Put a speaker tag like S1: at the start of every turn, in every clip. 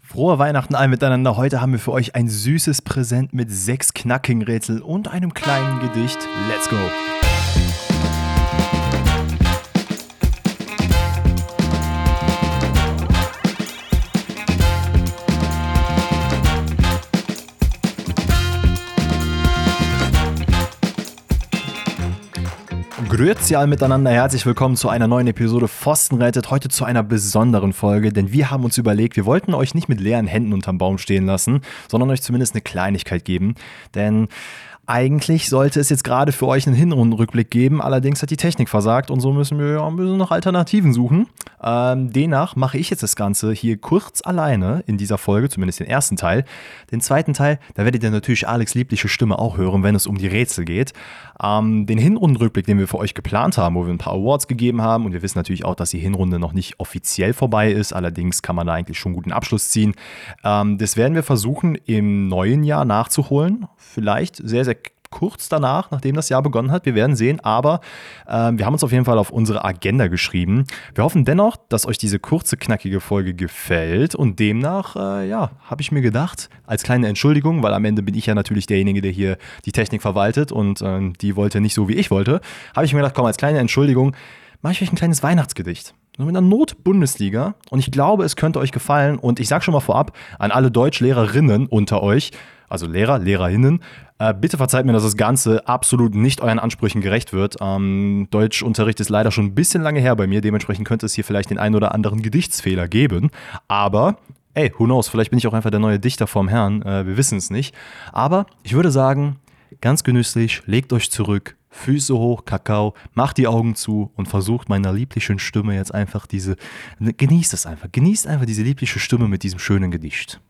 S1: Frohe Weihnachten allen miteinander. Heute haben wir für euch ein süßes Präsent mit sechs knackigen Rätseln und einem kleinen Gedicht. Let's go! Grüezi all miteinander, herzlich willkommen zu einer neuen Episode Pfosten rettet. Heute zu einer besonderen Folge, denn wir haben uns überlegt, wir wollten euch nicht mit leeren Händen unterm Baum stehen lassen, sondern euch zumindest eine Kleinigkeit geben. Denn eigentlich sollte es jetzt gerade für euch einen Hinrundenrückblick geben, allerdings hat die Technik versagt und so müssen wir ja ein bisschen nach Alternativen suchen. Ähm, demnach mache ich jetzt das Ganze hier kurz alleine in dieser Folge, zumindest den ersten Teil. Den zweiten Teil, da werdet ihr natürlich Alex liebliche Stimme auch hören, wenn es um die Rätsel geht. Ähm, den Hinrundenrückblick, den wir für euch geplant haben, wo wir ein paar Awards gegeben haben und wir wissen natürlich auch, dass die Hinrunde noch nicht offiziell vorbei ist, allerdings kann man da eigentlich schon guten Abschluss ziehen. Ähm, das werden wir versuchen im neuen Jahr nachzuholen, vielleicht sehr, sehr kurz danach, nachdem das Jahr begonnen hat. Wir werden sehen, aber ähm, wir haben uns auf jeden Fall auf unsere Agenda geschrieben. Wir hoffen dennoch, dass euch diese kurze, knackige Folge gefällt und demnach, äh, ja, habe ich mir gedacht, als kleine Entschuldigung, weil am Ende bin ich ja natürlich derjenige, der hier die Technik verwaltet und ähm, die wollte nicht so, wie ich wollte, habe ich mir gedacht, komm, als kleine Entschuldigung, mache ich euch ein kleines Weihnachtsgedicht. So mit einer Not-Bundesliga und ich glaube, es könnte euch gefallen und ich sage schon mal vorab an alle Deutschlehrerinnen unter euch, also Lehrer, Lehrerinnen, äh, bitte verzeiht mir, dass das Ganze absolut nicht euren Ansprüchen gerecht wird. Ähm, Deutschunterricht ist leider schon ein bisschen lange her bei mir, dementsprechend könnte es hier vielleicht den einen oder anderen Gedichtsfehler geben, aber ey, who knows, vielleicht bin ich auch einfach der neue Dichter vom Herrn, äh, wir wissen es nicht. Aber ich würde sagen, ganz genüsslich, legt euch zurück, Füße hoch, Kakao, macht die Augen zu und versucht meiner lieblichen Stimme jetzt einfach diese, genießt es einfach, genießt einfach diese liebliche Stimme mit diesem schönen Gedicht.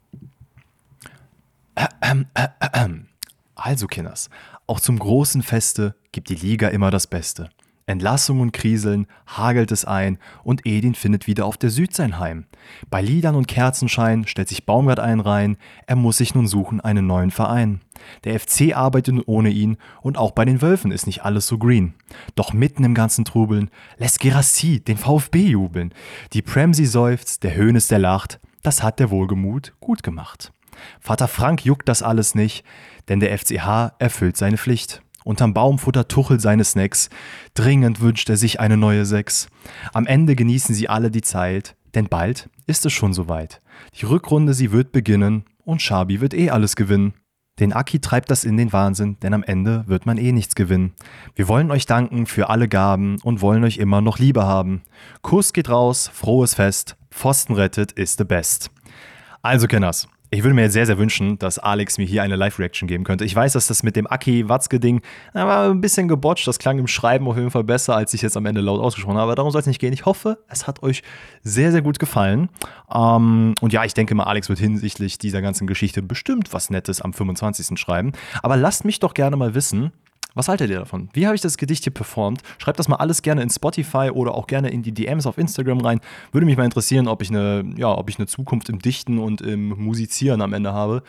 S1: Also, Kinders, auch zum großen Feste gibt die Liga immer das Beste. Entlassung und Kriseln hagelt es ein und Edin findet wieder auf der Süd sein Heim. Bei Liedern und Kerzenschein stellt sich Baumgart ein rein, er muss sich nun suchen einen neuen Verein. Der FC arbeitet ohne ihn und auch bei den Wölfen ist nicht alles so green. Doch mitten im ganzen Trubeln lässt Gerassi den VfB jubeln. Die Premsi seufzt, der Höhnes der lacht, das hat der Wohlgemut gut gemacht. Vater Frank juckt das alles nicht, denn der FCH erfüllt seine Pflicht. Unterm Baum futtert Tuchel seine Snacks. Dringend wünscht er sich eine neue Sechs. Am Ende genießen sie alle die Zeit, denn bald ist es schon soweit. Die Rückrunde, sie wird beginnen und Schabi wird eh alles gewinnen. Den Aki treibt das in den Wahnsinn, denn am Ende wird man eh nichts gewinnen. Wir wollen euch danken für alle Gaben und wollen euch immer noch Liebe haben. Kuss geht raus, frohes Fest, Pfosten rettet ist the best. Also, Kenners, ich würde mir jetzt sehr, sehr wünschen, dass Alex mir hier eine Live-Reaction geben könnte. Ich weiß, dass das mit dem Aki-Watzke-Ding war ein bisschen gebotcht. Das klang im Schreiben auf jeden Fall besser, als ich jetzt am Ende laut ausgesprochen habe. Aber darum soll es nicht gehen. Ich hoffe, es hat euch sehr, sehr gut gefallen. Ähm, und ja, ich denke mal, Alex wird hinsichtlich dieser ganzen Geschichte bestimmt was Nettes am 25. schreiben. Aber lasst mich doch gerne mal wissen, was haltet ihr davon? Wie habe ich das Gedicht hier performt? Schreibt das mal alles gerne in Spotify oder auch gerne in die DMs auf Instagram rein. Würde mich mal interessieren, ob ich eine, ja, ob ich eine Zukunft im Dichten und im Musizieren am Ende habe.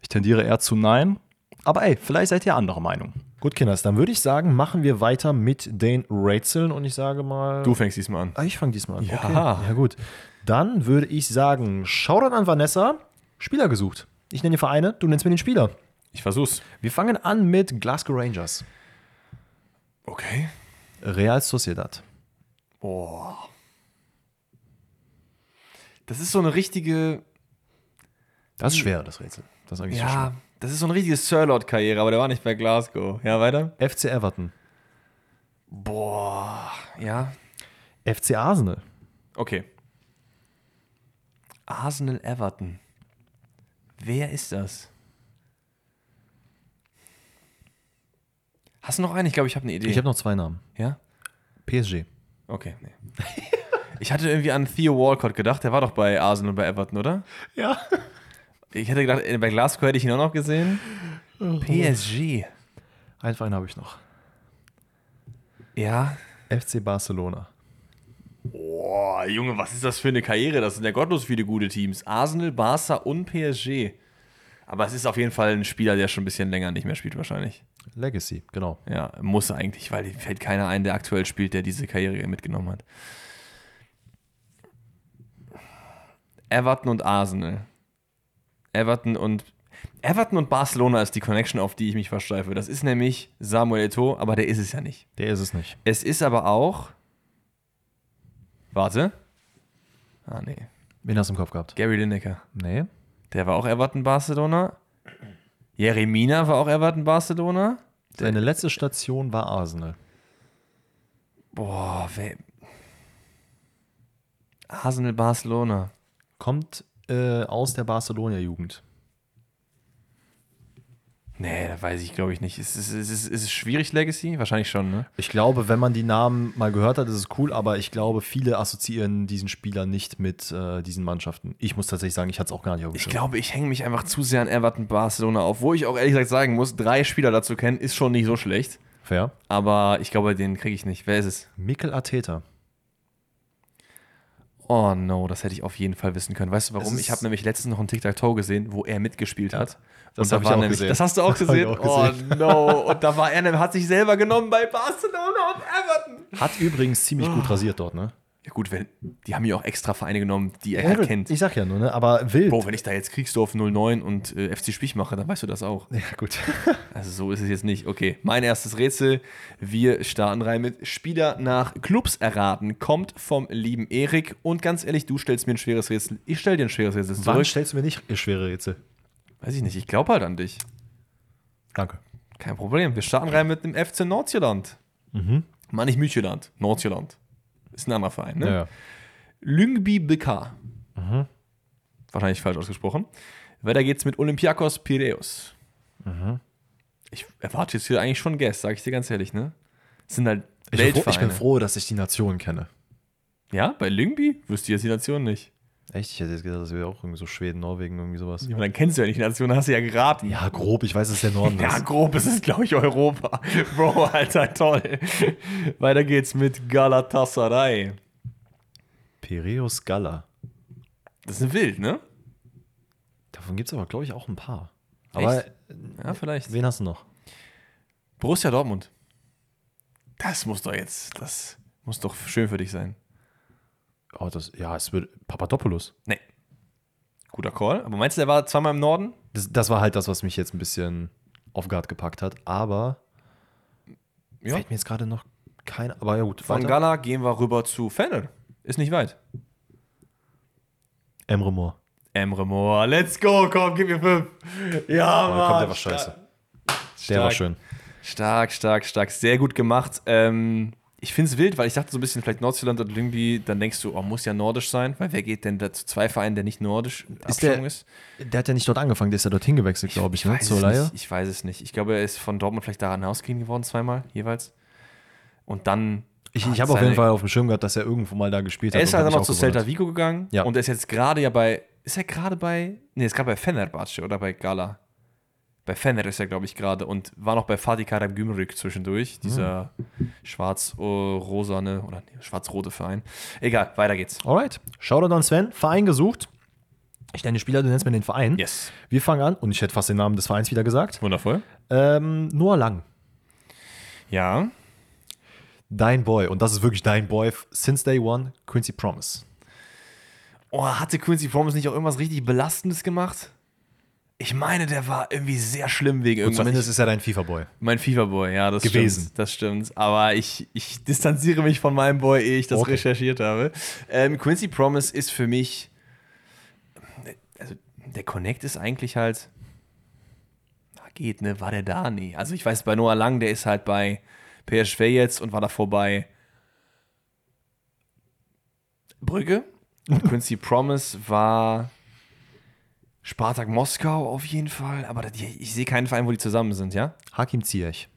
S1: Ich tendiere eher zu Nein. Aber ey, vielleicht seid ihr anderer Meinung.
S2: Gut, Kinders, dann würde ich sagen, machen wir weiter mit den Rätseln und ich sage mal.
S3: Du fängst diesmal an.
S2: Ah, ich fange diesmal an.
S3: Ja.
S2: Okay. ja, gut. Dann würde ich sagen, Shoutout an Vanessa, Spieler gesucht. Ich nenne die Vereine, du nennst mir den Spieler.
S3: Ich versuch's.
S2: Wir fangen an mit Glasgow Rangers,
S3: Okay.
S2: Real Sociedad.
S3: Boah. Das ist so eine richtige.
S2: Das ist schwer, das Rätsel. Das sage ich so
S3: Hm. Ja, das ist so eine richtige Sirlot-Karriere, aber der war nicht bei Glasgow. Ja, weiter?
S2: schon. FC Everton,
S3: Boah. Ja.
S2: FC Arsenal,
S3: Okay. Arsenal Everton. Wer ist das? Hast du noch einen? Ich glaube, ich habe eine Idee.
S2: Ich habe noch zwei Namen.
S3: ja?
S2: PSG.
S3: Okay, nee. ich hatte irgendwie an Theo Walcott gedacht. Der war doch bei Arsenal und bei Everton, oder?
S2: Ja.
S3: Ich hätte gedacht, äh, bei Glasgow hätte ich ihn auch noch gesehen. Oh. PSG.
S2: Einen Verein habe ich noch.
S3: Ja.
S2: FC Barcelona.
S3: Boah, Junge, was ist das für eine Karriere? Das sind ja gottlos viele gute Teams. Arsenal, Barca und PSG. Aber es ist auf jeden Fall ein Spieler, der schon ein bisschen länger nicht mehr spielt, wahrscheinlich.
S2: Legacy, genau.
S3: Ja, muss er eigentlich, weil ihm fällt keiner ein, der aktuell spielt, der diese Karriere mitgenommen hat. Everton und Arsenal. Everton und Everton und Barcelona ist die Connection, auf die ich mich versteife. Das ist nämlich Samuel Eto'o, aber der ist es ja nicht.
S1: Der ist es nicht.
S3: Es ist aber auch. Warte. Ah, nee.
S1: Wen hast du im Kopf gehabt?
S3: Gary Lineker.
S1: Nee.
S3: Der war auch Everton Barcelona. Jeremina war auch Everton Barcelona.
S1: Seine letzte Station war Arsenal.
S3: Boah, wer. Arsenal Barcelona.
S1: Kommt äh, aus der Barcelona-Jugend.
S3: Nee, da weiß ich, glaube ich, nicht. Ist, ist, ist, ist, ist es schwierig, Legacy? Wahrscheinlich schon, ne?
S1: Ich glaube, wenn man die Namen mal gehört hat, ist es cool, aber ich glaube, viele assoziieren diesen Spieler nicht mit äh, diesen Mannschaften. Ich muss tatsächlich sagen, ich hatte es auch gar nicht auf dem
S3: Ich
S1: Schirm.
S3: glaube, ich hänge mich einfach zu sehr an Everton Barcelona auf. Wo ich auch ehrlich gesagt sagen muss, drei Spieler dazu kennen, ist schon nicht so schlecht.
S1: Fair.
S3: Aber ich glaube, den kriege ich nicht. Wer ist es?
S1: Mikel Arteta.
S3: Oh no, das hätte ich auf jeden Fall wissen können. Weißt du warum?
S1: Es ist-
S3: Ich habe nämlich letztens noch einen TikTok-Toe gesehen, wo er mitgespielt hat.
S1: das
S3: da
S1: habe ich
S3: war
S1: auch gesehen.
S3: Das hast du auch
S1: Das habe ich
S3: gesehen?
S1: auch
S3: Oh no. Und da war er, nämlich- hat sich selber genommen bei Barcelona und Everton.
S1: Hat übrigens ziemlich gut rasiert dort, ne?
S3: Ja gut, wenn, die haben ja auch extra Vereine genommen, die er halt kennt.
S1: Ich sag ja nur, ne? Aber wild.
S3: Bro, wenn ich da jetzt Kriegsdorf 09 und äh, FC Spich mache, dann weißt du das auch.
S1: Ja, gut.
S3: Also so ist es jetzt nicht. Okay, mein erstes Rätsel. Wir starten rein mit Spieler nach Clubs erraten. Kommt vom lieben Erik. Und ganz ehrlich, du stellst mir ein schweres Rätsel. Ich stell dir ein schweres Rätsel
S1: Wann
S3: zurück.
S1: stellst du mir nicht schwere Rätsel?
S3: Weiß ich nicht, ich glaube halt an dich.
S1: Danke.
S3: Kein Problem. Wir starten rein mit dem FC Nordirland. Mhm. Mann, nicht Mütjeland. Nordirland. Ist ein anderer Verein, ne?
S1: Ja, Mhm. ja.
S3: Lyngby BK. Wahrscheinlich falsch ausgesprochen. Weiter geht's mit Olympiakos Piräus.
S1: Mhm.
S3: Ich erwarte jetzt hier eigentlich schon Guess, sage ich dir ganz ehrlich, ne? Es sind halt
S1: Ich, bin froh, ich
S3: Weltvereine.
S1: bin froh, dass ich die Nation kenne.
S3: Ja, bei Lyngby wüsste ich jetzt die Nation nicht.
S1: Echt? Ich hätte jetzt gedacht, das wäre auch irgendwie so Schweden, Norwegen, irgendwie sowas.
S3: Ja, aber dann kennst du ja nicht die Nation, dann hast du ja geraten.
S1: Ja, grob, ich weiß, dass der Norden
S3: Ja,
S1: ist.
S3: grob ist es, glaube ich, Europa. Bro, Alter, toll. Weiter geht's mit Galatasaray.
S1: Piräus Galla.
S3: Das ist ein Wild, ne?
S1: Davon gibt es aber, glaube ich, auch ein paar. Aber
S3: Ja, vielleicht.
S1: wen hast du noch?
S3: Borussia Dortmund. Das muss doch jetzt, das muss doch schön für dich sein.
S1: Oh, das, ja, es wird Papadopoulos.
S3: Nee. Guter Call. Aber meinst du, der war zweimal im Norden?
S1: Das, das war halt das, was mich jetzt ein bisschen auf Guard gepackt hat. Aber
S3: Ja.
S1: fällt mir jetzt gerade noch kein. Aber ja gut,
S3: Von
S1: weiter.
S3: Gala gehen wir rüber zu Fennel. Ist nicht weit.
S1: Emre Moore.
S3: Emre Moore, let's go, komm, gib mir fünf. Ja,
S1: Oh,
S3: Mann.
S1: komm, der war scheiße. Der war schön.
S3: Stark, stark, stark. Sehr gut gemacht. Ähm, ich finde es wild, weil ich dachte so ein bisschen, vielleicht Nordirland und Lyngby, dann denkst du, oh, muss ja nordisch sein, weil wer geht denn da zu zwei Vereinen, der nicht nordisch
S1: Ist der-
S3: Abstammung ist?
S1: Der hat ja nicht dort angefangen, der ist ja dorthin gewechselt, glaube ich, ne?
S3: weiß
S1: Zur
S3: es
S1: Leihe.
S3: nicht. Ich weiß es nicht. Ich glaube, er ist von Dortmund vielleicht daran ausgeliehen geworden, zweimal jeweils. Und dann.
S1: Ich,
S3: hat
S1: ich habe auf jeden
S3: seine-
S1: Fall auf dem Schirm gehabt, dass er irgendwo mal da gespielt hat.
S3: Er ist
S1: und
S3: also
S1: hab mich
S3: noch
S1: auch
S3: zu
S1: gewundert.
S3: Celta Vigo gegangen
S1: Ja.
S3: und er ist jetzt gerade ja bei. Ist er gerade bei. Nee, ist gerade bei Fenerbahce oder bei Gala. Bei Fener ist er, glaube ich, gerade und war noch bei Fatih Karab Gümrük zwischendurch, dieser
S1: Mhm.
S3: schwarz-rosane oder nee, schwarz-rote Verein. Egal, weiter geht's.
S1: Alright. Shoutout an Sven. Verein gesucht. Ich nenne den Spieler, du nennst mir den Verein.
S3: Yes.
S1: Wir fangen an, und ich hätte fast den Namen des Vereins wieder gesagt.
S3: Wundervoll.
S1: Ähm, Noah Lang.
S3: Ja.
S1: Dein Boy, und das ist wirklich dein Boy, since day one, Quincy Promise.
S3: Oh, hatte Quincy Promise nicht auch irgendwas richtig Belastendes gemacht? Ich meine, der war irgendwie sehr schlimm wegen irgendwas.
S1: Zumindest ist er dein FIFA-Boy.
S3: Mein FIFA-Boy, ja, das
S1: Gewesen.
S3: stimmt. Das stimmt. Aber ich, ich distanziere mich von meinem Boy, ehe ich das
S1: Okay.
S3: recherchiert habe. Ähm, Quincy Promise ist für mich. Also, der Connect ist eigentlich halt. Na, geht, ne? War der da? Nee. Also, ich weiß, bei Noah Lang, der ist halt bei PSV jetzt und war davor bei Brügge. Und Quincy Promise war. Spartak Moskau auf jeden Fall, aber die, ich sehe keinen Verein, wo die zusammen sind, ja?
S1: Hakim Ziyech.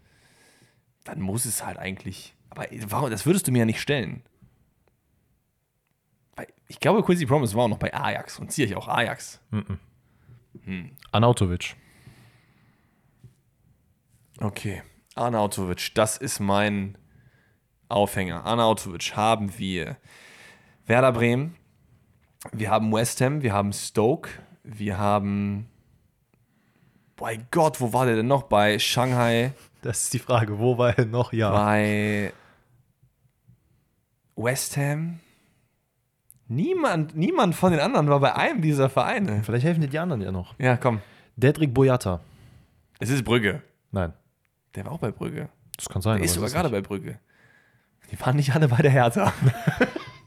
S3: dann muss es halt eigentlich. Aber warum, das würdest du mir ja nicht stellen. Weil Ich glaube, Quincy Promise war auch noch bei Ajax und ziehe ich auch Ajax.
S1: Anautovic.
S3: Okay. Arnautovic, das ist mein Aufhänger. Arnautovic haben wir Werder Bremen, wir haben West Ham, wir haben Stoke, wir haben. Bei Gott, wo war der denn noch? Bei Shanghai,
S1: Das ist die Frage, wo war er noch? Ja.
S3: bei West Ham. Niemand, niemand von den anderen war bei einem dieser Vereine.
S1: Vielleicht helfen dir die anderen ja noch.
S3: Ja, komm.
S1: Dedrick Boyata.
S3: Es ist Brügge.
S1: Nein,
S3: Der war auch bei Brügge.
S1: das kann sein.
S3: Der ist
S1: aber
S3: sogar
S1: das
S3: gerade bei Brügge. Die waren nicht alle bei der Hertha.
S1: nicht.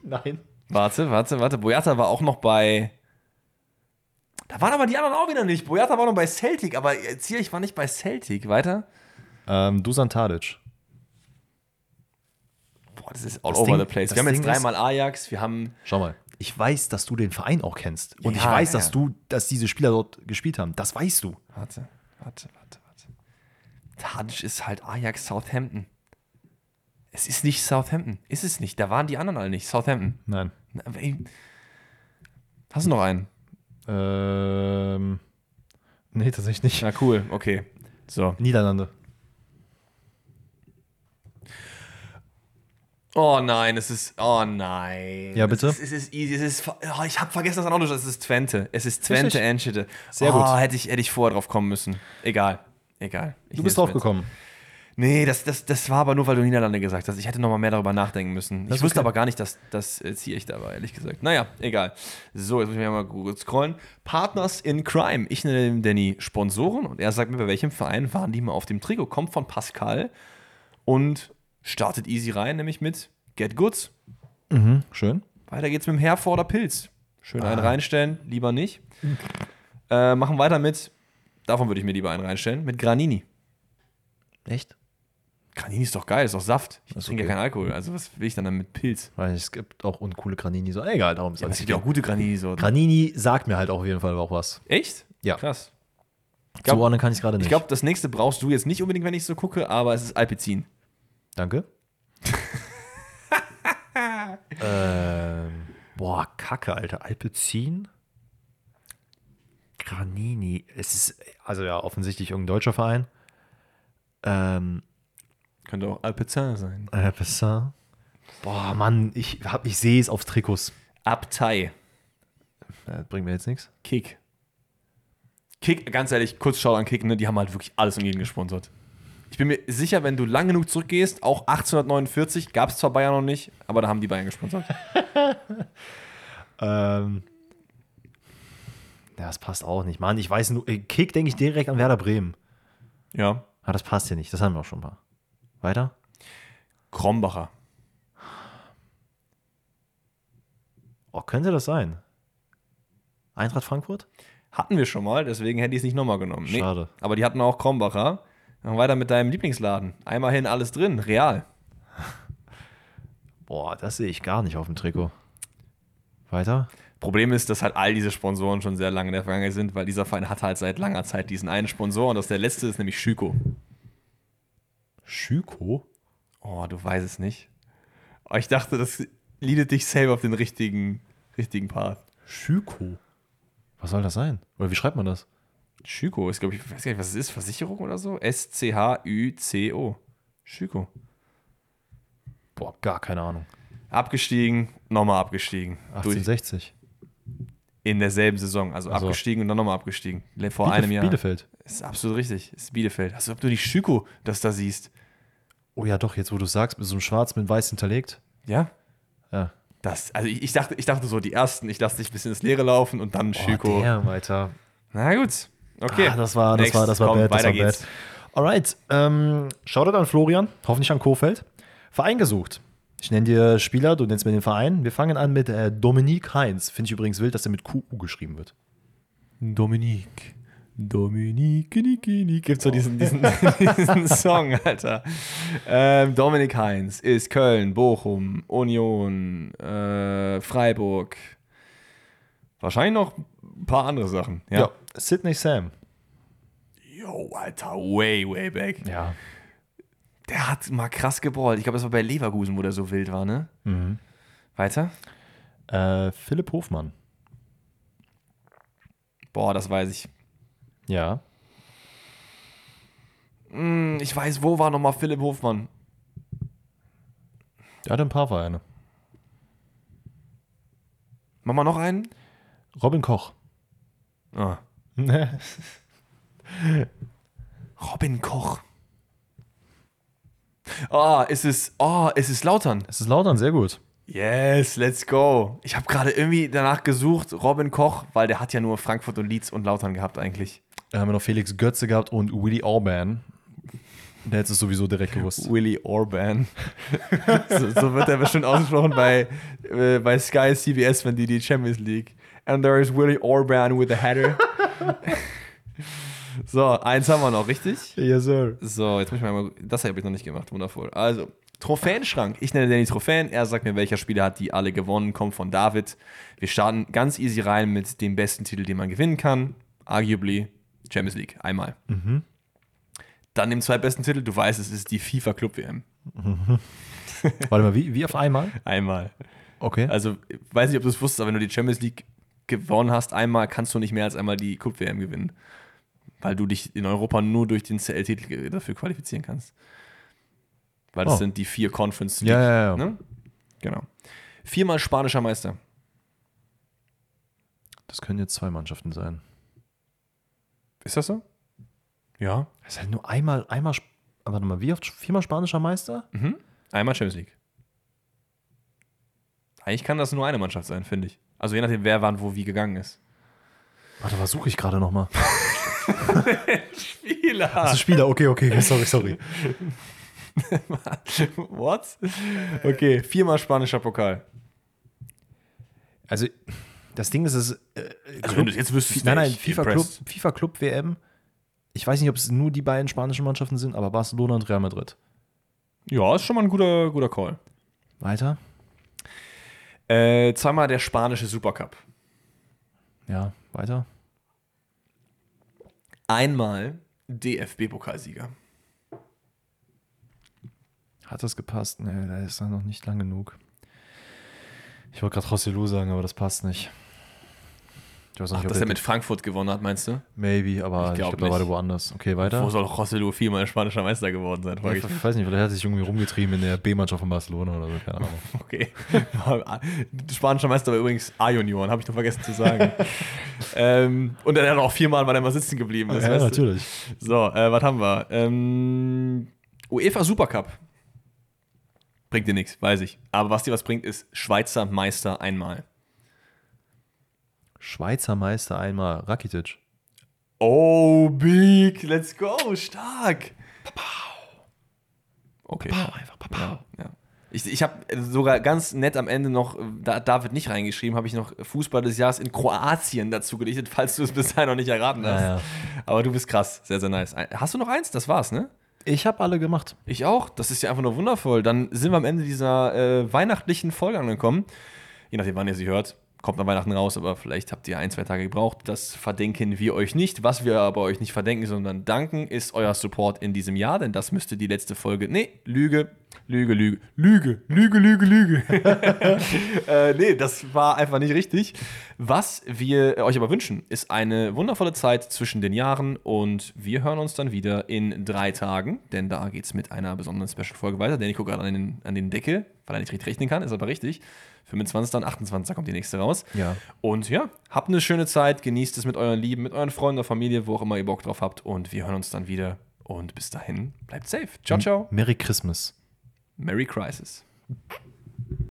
S1: Nein.
S3: Warte, warte, warte. Boyata war auch noch bei. Da waren aber die anderen auch wieder nicht. Boyata war noch bei Celtic, aber Zier, ich war nicht bei Celtic. Weiter.
S1: Ähm, Dusan Tadic.
S3: Boah, das ist all
S1: Das
S3: over
S1: Ding-
S3: the place.
S1: das
S3: Wir haben jetzt
S1: Ding ist-
S3: dreimal Ajax, wir haben.
S1: Schau mal. Ich weiß, dass du den Verein auch kennst. Und ich
S3: Ja,
S1: weiß,
S3: ja,
S1: dass
S3: ja.
S1: du, dass diese Spieler dort gespielt haben. Das weißt du.
S3: Warte, warte, warte, warte. Tadic ist halt Ajax Southampton. Es ist nicht Southampton. Ist es nicht. Da waren die anderen alle nicht. Southampton.
S1: Nein.
S3: Na, ey. Hast du noch einen?
S1: Ähm. Nee, tatsächlich nicht.
S3: Na cool, okay. So.
S1: Niederlande.
S3: Oh nein, es ist. Oh nein.
S1: Ja, bitte?
S3: Es ist, es ist easy. Es ist, oh, ich habe vergessen, dass er auch noch ist. Es ist Twente. Es ist Twente
S1: Richtig.
S3: Enschede.
S1: Sehr
S3: oh,
S1: gut.
S3: Hätte ich, hätte ich vorher drauf kommen müssen. Egal. Egal. Ich
S1: Du bist
S3: nehm's mit.
S1: draufgekommen.
S3: Nee, das, das, das war aber nur, weil du Niederlande gesagt hast. Ich hätte noch mal mehr darüber nachdenken müssen.
S1: Das
S3: ich
S1: ist
S3: wusste
S1: okay.
S3: aber gar nicht, dass das ziehe ich dabei, ehrlich gesagt. Naja, egal. So, jetzt muss ich mir mal kurz scrollen. Partners in Crime. Ich nenne dem Danny Sponsoren und er sagt mir, bei welchem Verein waren die mal auf dem Trikot. Kommt von Pascal und startet easy rein, nämlich mit Get Goods.
S1: Schön.
S3: Weiter geht's mit dem Herforder Pilz. Schön
S1: Ah.
S3: einen reinstellen, lieber nicht. Äh, machen weiter mit, davon würde ich mir lieber einen reinstellen, mit Granini.
S1: Echt?
S3: Granini ist doch geil, ist doch Saft. Ich
S1: Ist
S3: trinke
S1: okay.
S3: ja keinen Alkohol. Also was will ich dann damit Pilz?
S1: Weil es gibt auch uncoole Granini. So, egal, darum ist
S3: Ja, aber es
S1: alles.
S3: gibt ja auch gute Granini-Sorten.
S1: Granini sagt mir halt auch auf jeden Fall auch was.
S3: Echt?
S1: Ja.
S3: Krass. glaub-
S1: Zuordnen kann ich es gerade nicht.
S3: Ich glaube, das nächste brauchst du jetzt nicht unbedingt, wenn ich so gucke, aber es ist Alpizin.
S1: Danke. ähm, boah, Kacke, Alter. Alpecin? Granini. Es ist, also ja, offensichtlich irgendein deutscher Verein. Ähm,
S3: Könnte auch Alpizin sein.
S1: Alpecin. Boah, Mann, ich, hab- ich sehe es auf Trikots.
S3: Abtei.
S1: Äh, bringt mir jetzt nichts.
S3: Kick. Kick, ganz ehrlich, kurz schau an Kick, ne? die haben halt wirklich alles und jeden gesponsert. Ich bin mir sicher, wenn du lang genug zurückgehst, auch 1849, gab es zwar Bayern noch nicht, aber da haben die Bayern gesponsert.
S1: Ähm, ja, das passt auch nicht. Mann, ich weiß nur, äh, Kick denke ich direkt an Werder Bremen.
S3: Ja.
S1: Ah, das passt ja nicht. Das haben wir auch schon mal. Weiter?
S3: Krombacher.
S1: Oh, könnte das sein? Eintracht Frankfurt?
S3: Hatten wir schon mal, deswegen hätte ich es nicht nochmal genommen. Nee.
S1: Schade.
S3: Aber die hatten auch Krombacher. Dann weiter mit deinem Lieblingsladen. Einmal hin, alles drin. Real.
S1: Boah, das sehe ich gar nicht auf dem Trikot. Weiter?
S3: Problem ist, dass halt all diese Sponsoren schon sehr lange in der Vergangenheit sind, weil dieser Verein hat halt seit langer Zeit diesen einen Sponsor und das der letzte ist nämlich Schüko.
S1: Schüko?
S3: Oh, du weißt es nicht. Oh, ich dachte, das leadet dich selber auf den richtigen, richtigen Path.
S1: Schüko? Was soll das sein? Oder wie schreibt man das?
S3: Schüko ist, glaube ich, ich weiß gar nicht, was es ist, Versicherung oder so? S-C-H-Ü-C-O. Schüko.
S1: Boah, gar keine Ahnung.
S3: Abgestiegen, nochmal abgestiegen. Durch,
S1: 1860.
S3: in derselben Saison. Also,
S1: Also.
S3: abgestiegen und dann nochmal abgestiegen. Vor einem Jahr.
S1: Bielefeld.
S3: Ist absolut richtig. Ist Bielefeld. Also, ob du nicht Schüko das da siehst.
S1: Oh ja, doch, jetzt wo du es sagst, mit so einem Schwarz mit Weiß hinterlegt.
S3: Ja?
S1: Ja.
S3: Das, also ich, ich, dachte, ich dachte so, die ersten, ich lasse dich ein bisschen ins Leere laufen und dann Schüko.
S1: Oh, damn, Alter.
S3: Na gut. Okay.
S1: Ah, das war, das
S3: Next.
S1: war, das war
S3: Komm,
S1: bad, das
S3: Weiter
S1: war
S3: geht's.
S1: bad. Alright, ähm, Shoutout an Florian, hoffentlich an Kofeld. Verein gesucht. Ich nenne dir Spieler, du nennst mir den Verein. Wir fangen an mit äh, Dominik Heinz. Finde ich übrigens wild, dass er mit QU geschrieben wird.
S3: Dominik. Dominik, Niki, Niki. Gibt's
S1: Oh.
S3: doch diesen, diesen, diesen Song, Alter. Ähm, Dominik Heinz ist Köln, Bochum, Union, äh, Freiburg. Wahrscheinlich noch ein paar andere Sachen. Ja.
S1: Sydney Sam.
S3: Yo, Alter, way, way back.
S1: Ja.
S3: Der hat mal krass geballt. Ich glaube, das war bei Leverkusen, wo der so wild war, ne?
S1: Mhm.
S3: Weiter?
S1: Äh, Philipp Hofmann.
S3: Boah, das weiß ich.
S1: Ja.
S3: Hm, Ich weiß, wo war nochmal Philipp Hofmann?
S1: Der hatte ein paar Vereine.
S3: Machen wir noch einen?
S1: Robin Koch.
S3: Ah. Robin Koch. Ah, es ist, ah, es ist Lautern.
S1: es ist Lautern, sehr gut.
S3: Yes, let's go. Ich habe gerade irgendwie danach gesucht, Robin Koch, weil der hat ja nur Frankfurt und Leeds und Lautern gehabt eigentlich.
S1: Da haben wir noch Felix Götze gehabt und Willy Orban. Der hätte es sowieso direkt gewusst.
S3: Willy Orban. so, so wird er bestimmt ausgesprochen bei, äh, bei Sky CBS, wenn die die Champions League. And there is Willy Orban with a header. so, eins haben wir noch, richtig?
S1: Yes, sir.
S3: So, jetzt muss ich mal. Das habe ich noch nicht gemacht. Wundervoll. Also, Trophäenschrank. Ich nenne Danny Trophäen. Er sagt mir, welcher Spieler hat die alle gewonnen. Kommt von David. Wir starten ganz easy rein mit dem besten Titel, den man gewinnen kann. Arguably Champions League. Einmal. Dann dem zweitbesten Titel. Du weißt, es ist die FIFA Club WM.
S1: Warte mal, wie, wie auf einmal?
S3: Einmal.
S1: Okay.
S3: Also, ich weiß nicht, ob du es wusstest, aber wenn du die Champions League gewonnen hast, einmal kannst du nicht mehr als einmal die Cup WM gewinnen. Weil du dich in Europa nur durch den CL-Titel ge- dafür qualifizieren kannst. Weil das
S1: Oh.
S3: sind die vier Conference
S1: Ja, ja, ja.
S3: Ne? Genau. Viermal spanischer Meister.
S1: Das können jetzt zwei Mannschaften sein.
S3: Ist das so? Ja.
S1: Das ist halt nur einmal, einmal, Sp- warte mal, wie oft? Viermal spanischer Meister?
S3: Mhm. Einmal Champions League. Eigentlich kann das nur eine Mannschaft sein, finde ich. Also je nachdem, wer wann wo wie gegangen ist.
S1: Warte, versuche ich gerade nochmal.
S3: Ah. Spieler.
S1: Also Spieler, okay, okay, sorry, sorry.
S3: What? Okay, viermal spanischer Pokal.
S1: Also, das Ding ist, es. Äh,
S3: Also wenn du es jetzt wüsstest,
S1: nein,
S3: wär
S1: nein,
S3: ich
S1: FIFA Club,
S3: impressed.
S1: FIFA Club WM. Ich weiß nicht, ob es nur die beiden spanischen Mannschaften sind, aber Barcelona und Real Madrid.
S3: Ja, ist schon mal ein guter, guter Call.
S1: Weiter?
S3: Äh, zweimal der spanische Supercup.
S1: Ja, weiter.
S3: Einmal DFB-Pokalsieger.
S1: Hat das gepasst? Nee, da ist er noch nicht lang genug. Ich wollte gerade Rosselu sagen, aber das passt nicht. Ich weiß auch
S3: Ach,
S1: nicht, ob
S3: dass er
S1: der
S3: mit Frankfurt gewonnen hat, meinst du?
S1: Maybe, aber
S3: Ich
S1: ich glaube,
S3: glaub
S1: da war
S3: nicht.
S1: der woanders. Okay,
S3: Wo
S1: weiter.
S3: soll Rosselu viermal spanischer Meister geworden sein? Frag
S1: Ich
S3: ich mich.
S1: weiß nicht, vielleicht hat er sich irgendwie rumgetrieben in der B-Mannschaft von Barcelona oder so, keine Ahnung.
S3: Okay. spanischer Meister war übrigens A-Junioren, habe ich noch vergessen zu sagen. ähm, und dann hat er auch viermal, weil er mal sitzen geblieben ist. weißt du?
S1: natürlich.
S3: So, äh, was haben wir? Ähm, UEFA Supercup. Bringt dir nichts, weiß ich. Aber was dir was bringt, ist Schweizer Meister einmal.
S1: Schweizer Meister einmal, Rakitic.
S3: Oh, big, let's go, stark. Okay.
S1: einfach
S3: Ja, ja. Ich, ich habe sogar ganz nett am Ende noch, äh, da hat David nicht reingeschrieben, habe ich noch Fußball des Jahres in Kroatien dazu gedichtet, falls du es bis dahin noch nicht erraten hast.
S1: Ja, ja.
S3: Aber du bist krass, sehr, sehr nice. Ein- Hast du noch eins? Das war's, ne?
S1: Ich habe alle gemacht.
S3: Ich auch. Das ist ja einfach nur wundervoll. Dann sind wir am Ende dieser äh, weihnachtlichen Folge angekommen. Je nachdem, wann ihr sie hört, kommt an Weihnachten raus, aber vielleicht habt ihr ein, zwei Tage gebraucht. Das verdenken wir euch nicht. Was wir aber euch nicht verdenken, sondern danken, ist euer Support in diesem Jahr, denn das müsste die letzte Folge. Nee, Lüge. Lüge, Lüge, Lüge, Lüge, Lüge, Lüge. äh, nee, das war einfach nicht richtig. Was wir euch aber wünschen, ist eine wundervolle Zeit zwischen den Jahren und wir hören uns dann wieder in drei Tagen, denn da geht es mit einer besonderen Special-Folge weiter. Denn ich gucke gerade an den, an den Deckel, weil er nicht richtig rechnen kann, ist aber richtig. 25. und 28. kommt die nächste raus.
S1: Ja.
S3: Und ja, habt eine schöne Zeit, genießt es mit euren Lieben, mit euren Freunden, der Familie, wo auch immer ihr Bock drauf habt und wir hören uns dann wieder.
S1: Mhm.
S3: Und bis dahin, bleibt safe. Ciao, ciao.
S1: Merry Christmas.
S3: Merry Crisis.